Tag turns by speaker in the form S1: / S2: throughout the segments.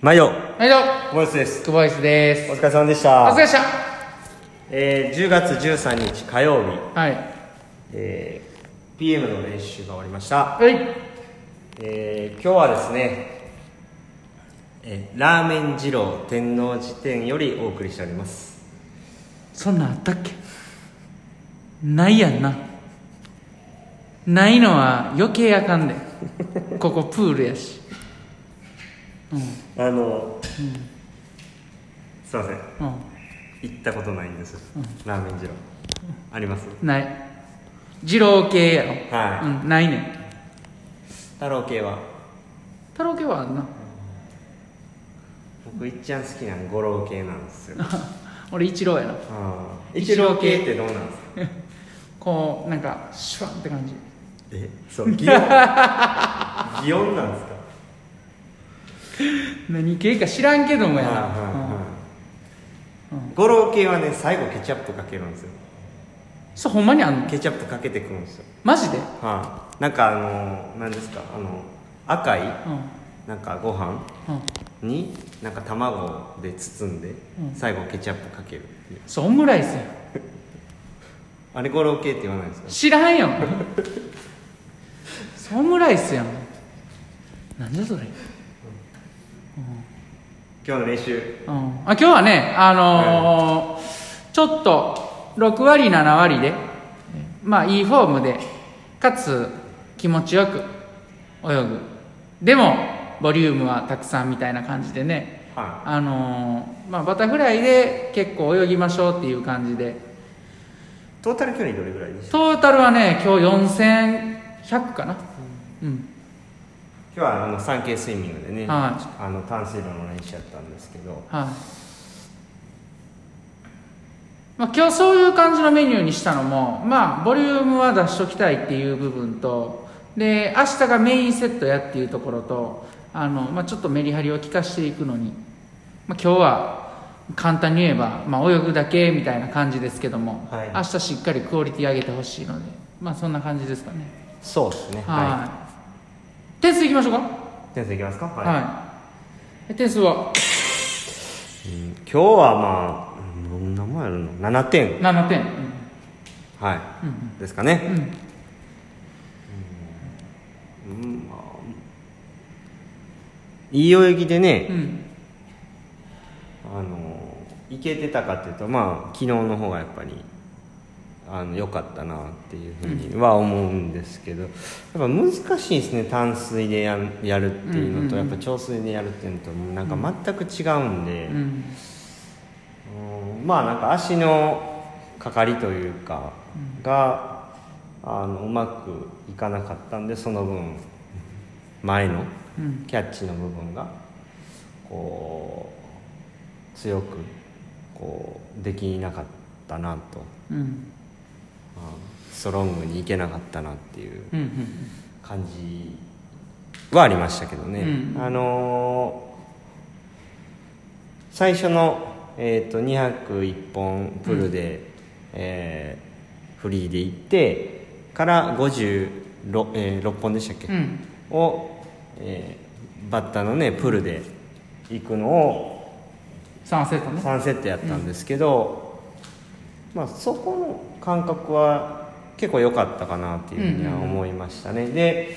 S1: 毎度
S2: はいどう
S1: モイスです
S2: 久保イスです
S1: お疲れ様でし
S2: お
S1: た
S2: 疲れでした
S1: えー、10月13日火曜日、
S2: はい
S1: えー、PM の練習が終わりました、
S2: はい
S1: えー、今日はですね、えー、ラーメン二郎天王寺店よりお送りしております
S2: そんなんあったっけないやんなないのは余計あかんでここプールやし
S1: あの、すいません
S2: う
S1: 行ったことないんですよ、ラーメン二郎あります
S2: んない二郎系やろ
S1: はい
S2: うんないねん
S1: 太郎系は
S2: 太郎系はあんな
S1: 僕いっちゃん好きなん五郎系なんですよ
S2: 俺一郎やな
S1: あー
S2: 一
S1: 一
S2: 郎
S1: 郎
S2: 系
S1: 系ってどうなんですか
S2: こうなんかシュワンって感じ
S1: えそう擬音 擬音なんですか
S2: 何系か知らんけどもやな、
S1: はいはいはい五郎系はね最後ケチャップかけるんですよ
S2: うんそうほんまにあんの
S1: ケチャップかけてくるんですよ
S2: マジで
S1: はいなんかあの何ですかあの赤い
S2: うんうん
S1: なんかご飯になんか卵で包んで
S2: うん
S1: 最後ケチャップかける
S2: そうオムライスや
S1: あれ五郎系って言わないんですか
S2: 知らんやんそうオムライスやんなんじゃそれ、
S1: 今日の練習
S2: うん、あ今日はねあのーちょっと6割7割でまあいいフォームでかつ気持ちよく泳ぐでもボリュームはたくさんみたいな感じでね
S1: は
S2: あのーまあ、バタフライで結構泳ぎましょうっていう感じで
S1: いトータル距離どれぐらいでした
S2: トータルはね今日4100かなうん、
S1: 今日はあの 3K スイミングでね
S2: は
S1: あの短水路の練習やったんですけど
S2: はい、まあ、今日そういう感じのメニューにしたのもまあボリュームは出しときたいっていう部分とで明日がメインセットやっていうところとあの、まあ、ちょっとメリハリを効かしていくのに、まあ、今日は簡単に言えば、まあ、泳ぐだけみたいな感じですけども、
S1: はい
S2: 明日しっかりクオリティ上げてほしいのでまあそんな感じですかね
S1: そうですね
S2: はい、
S1: は
S2: 点数いきましょうか
S1: い先生いきますか
S2: はい、
S1: い
S2: え点数は
S1: うん今日はまあうん何もやるの7点
S2: 7点、うん
S1: はい、
S2: うん
S1: ですかね
S2: うん
S1: うんまあいい泳ぎでね、
S2: うん
S1: あのいけてたかっていうとまあ昨日の方がやっぱりあの良かったなっていうふうには思うんですけど、やっぱ難しいですね淡水でやるやるっていうのと、
S2: うんうんうん
S1: やっぱ潮水でやるっていうのとなんか全く違うんで、
S2: うん
S1: うんまあなんか足のかかりというかが、あのうまくいかなかったんでその分前の
S2: うん
S1: キャッチの部分がこう強くこうできなかったなと、
S2: うん
S1: あストロングにいけなかったなっていう
S2: うん
S1: 感じはありましたけどね、
S2: うん
S1: あのー最初の、えー、と2泊1本プルで、えーフリーで行ってから56、えー6本でしたっけ、
S2: うんうん
S1: を、えーバッターのねプルで行くのを
S2: 3セットね
S1: 3セットやったんですけど、まあ、そこの感覚は結構良かったかなっていうふうには思いましたね、で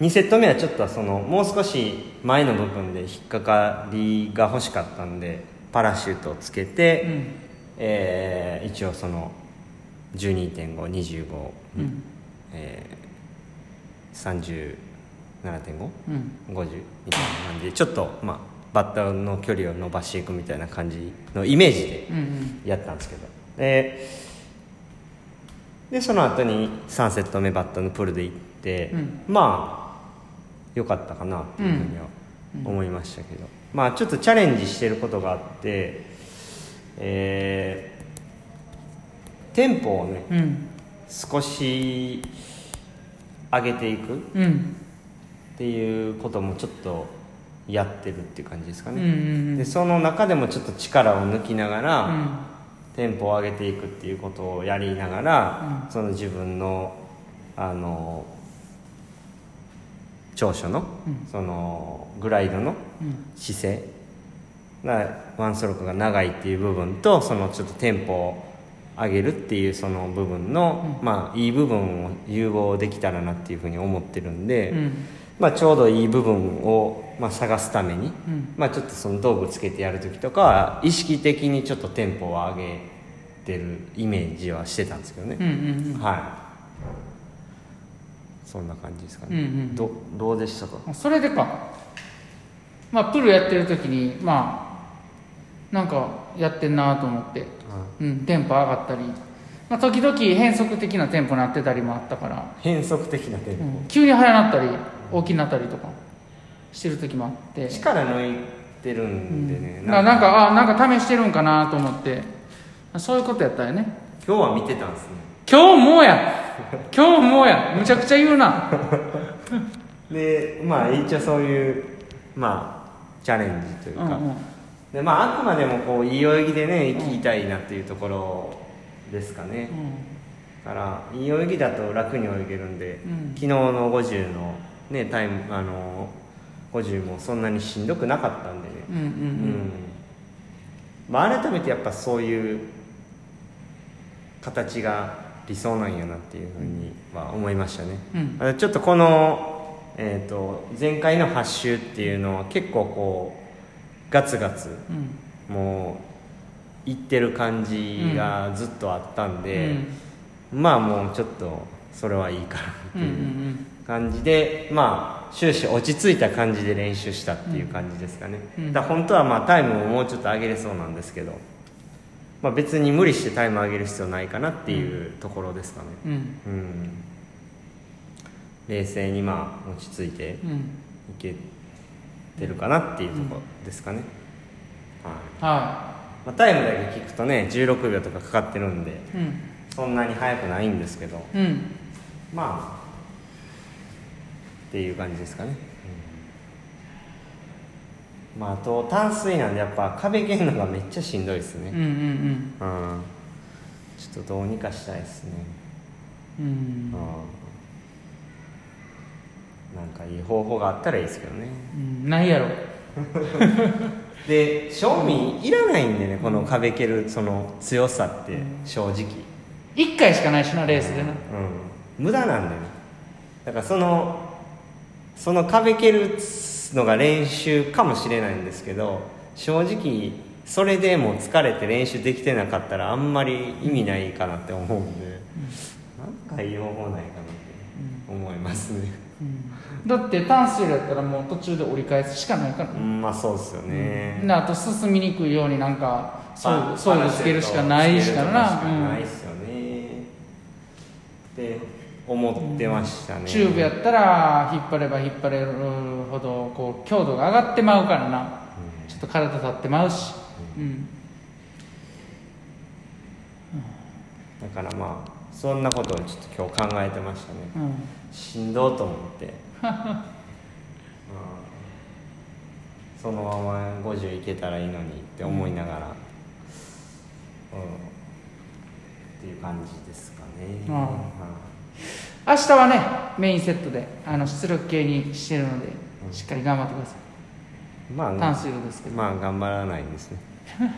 S1: 2セット目はちょっとそのもう少し前の部分で引っかかりが欲しかったんでパラシュートをつけて、
S2: うん
S1: えー一応その12.525、
S2: うん
S1: えー、37.5
S2: う
S1: 50みたい
S2: ん
S1: な感じでちょっと、まあ、バッターの距離を伸ばしていくみたいな感じのイメージで
S2: うん
S1: やったんですけどででその後に3セット目バッターのプルで行って、
S2: うん
S1: まあ良かったかなっていうふうには思いましたけど、まあちょっとチャレンジしてることがあってえーテンポをね
S2: うんうん
S1: 少し上げていく
S2: うん
S1: っていうこともちょっとやってるっていう感じですか
S2: うんう
S1: ね、
S2: ん
S1: でその中でもちょっと力を抜きながら、
S2: うん
S1: テンポを上げていくっていうことをやりながら、その自分のあの長所の、
S2: うん
S1: そのグライドの
S2: うん
S1: 姿勢だからワンストロークが長いっていう部分とそのちょっとテンポを上げるっていうその部分の、まあいい部分を融合できたらなっていうふうに思ってるんで、
S2: うん
S1: まあ、ちょうどいい部分を、まあ、探すために、
S2: うん
S1: まあ、ちょっとその道具つけてやる時とかは意識的にちょっとテンポを上げてるイメージはしてたんですけどね
S2: うんう、ん
S1: はいそんな感じですかね、
S2: うんうん
S1: どどうでしたか
S2: うんそれでかまあプルやってる時にまあなんかやってんなと思ってうんテンポ上がったりまあ時々変則的なテンポなってたりもあったから
S1: 変則的なテンポ、
S2: うん急に速なったり大きなったりとかしてる時もあって
S1: 力抜いてるんでね、
S2: ななんかあなんか試してるんかなと思ってそういうことやったよね
S1: 今日は見てたんですね
S2: 今日もや今日もやむちゃくちゃ言うな
S1: でまあ一応そういうまあチャレンジという
S2: う
S1: か、
S2: んうん
S1: でまああくまでもこういい泳ぎでね生きたいなっていうところですかね、だからいい泳ぎだと楽に泳げるんで、
S2: うん
S1: 昨日の50のねタイムあの50もそんなにしんどくなかったんでね、
S2: うんうんうん
S1: まあ、改めてやっぱそういう形が理想なんやなっていうふうには思いましたね、
S2: うん
S1: あのちょっとこの、えー、と前回の8周っていうのは結構こうガツガツ
S2: うん
S1: もう行ってる感じがずっとあったん
S2: う
S1: で
S2: ん、
S1: まあもうちょっとそれはいいかなって
S2: うんう
S1: いうん感じでまあ終始落ち着いた感じで練習したっていう感じですかね、
S2: うん
S1: だから本当はまあタイムをもうちょっと上げれそうなんですけど、まあ、別に無理してタイム上げる必要ないかなっていうところですかね
S2: うんうん
S1: うん冷静にまあ落ち着いてい
S2: うん
S1: けてるかなっていうところですかね、はい
S2: は
S1: まあ、タイムだけ聞くとね16秒とかかかってるんで
S2: いうん
S1: そんなに速くないんですけど
S2: うん
S1: まあっていう感じですかね、うんまあ、あと淡水なんでやっぱ壁蹴るのがめっちゃしんどいです
S2: うん
S1: ね
S2: うん
S1: うん、ちょっとどうにかしたいですね
S2: う
S1: うん
S2: ん
S1: なんかいい方法があったらいいですけどね
S2: うんないやろ
S1: で賞味いらないんでねこの壁蹴るその強さって正直、
S2: 1回しかないしなレースでな
S1: うん、無駄なんだよねだからそのその壁蹴るのが練習かもしれないんですけど正直それでもう疲れて練習できてなかったらあんまり意味ないかなって思うんで、なんかいい方法ないかなって思いますね、
S2: うんだって淡水路やったらもう途中で折り返すしかないから
S1: うん、まあそうですよね、
S2: なあと進みにくいようになんか
S1: パ
S2: そうそうつけるしかないしか
S1: つけ
S2: な
S1: るとかしかない
S2: うん
S1: っすよね、って思ってましたね、
S2: チューブやったら引っ張れば引っ張れるほどこう強度が上がってまうからなちょっと体立ってまうしうん
S1: だからまあそんなことをちょっと今日考えてましたね
S2: うん
S1: しんどうと思って、 うんそのまま50いけたらいいのにって思いながら、うんっていう感じですかね、
S2: うん
S1: は
S2: 明日はねメインセットであの出力系にしてるので
S1: うん
S2: しっかり頑張ってください
S1: いまあ
S2: 淡水路ですけ ど
S1: まあ頑張らないんですね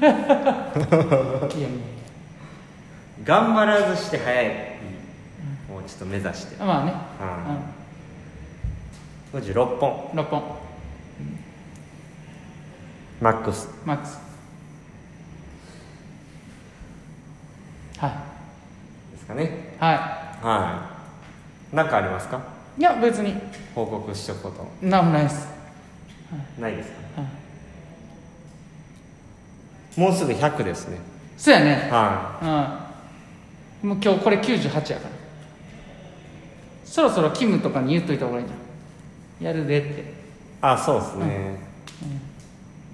S2: いやいやい
S1: 頑張らずして早いをちょっと目指して、
S2: やまあね
S1: は56本
S2: うん6本
S1: マックス
S2: マックスはい
S1: ですかね
S2: は
S1: はい何かありますか
S2: いいや別に
S1: 報告しとくこと
S2: なんもないです
S1: ないですか
S2: はい
S1: もうすぐ100ですね
S2: そうやね
S1: は
S2: うんもう今日これ98やからそろそろキムとかに言っといた方がいいんじゃんやるでって
S1: いあそうですね、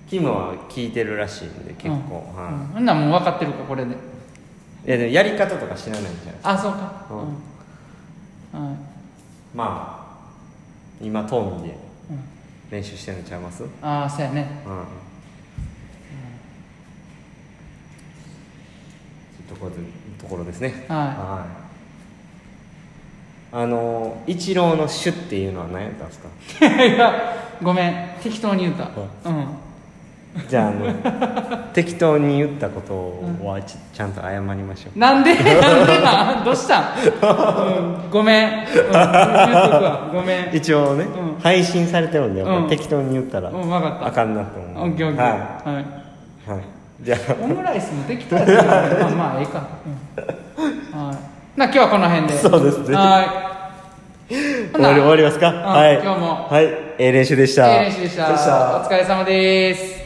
S1: キムは聞いてるらしいんで結構、
S2: うん
S1: は
S2: うん、なんもう分かってるかこれで
S1: いいやでもやり方とか知らないんじゃないですか
S2: あそうか
S1: う
S2: うんん、はい
S1: まあ今東海で
S2: うん
S1: 練習してるのちゃいますうん
S2: ああそうやね
S1: ところでところですね
S2: は
S1: はあのイチローの「種」っていうのは何やったんですか
S2: い やごめん適当に言った、うん
S1: じゃああの 適当に言ったことはちちゃんと謝りましょう
S2: なんで なんでなんどうしたん、うん、ごめん、うん、言っとくわごめん
S1: 一応ね、
S2: うん
S1: 配信されてるんで、
S2: うん
S1: 適当に言ったら、
S2: うん分かった
S1: あかんなと思
S2: オ
S1: う
S2: ッケーオッケ
S1: は
S2: ーはい
S1: い、はい、じゃあ
S2: オムライスもできたやつだからまあまあええか、うんはいな今日はこの辺で
S1: そうですね
S2: はーい
S1: 終わり終わりますか、
S2: うん
S1: はい
S2: 今日も
S1: はいええ練習でした
S2: ええ練習でしたお疲れ様です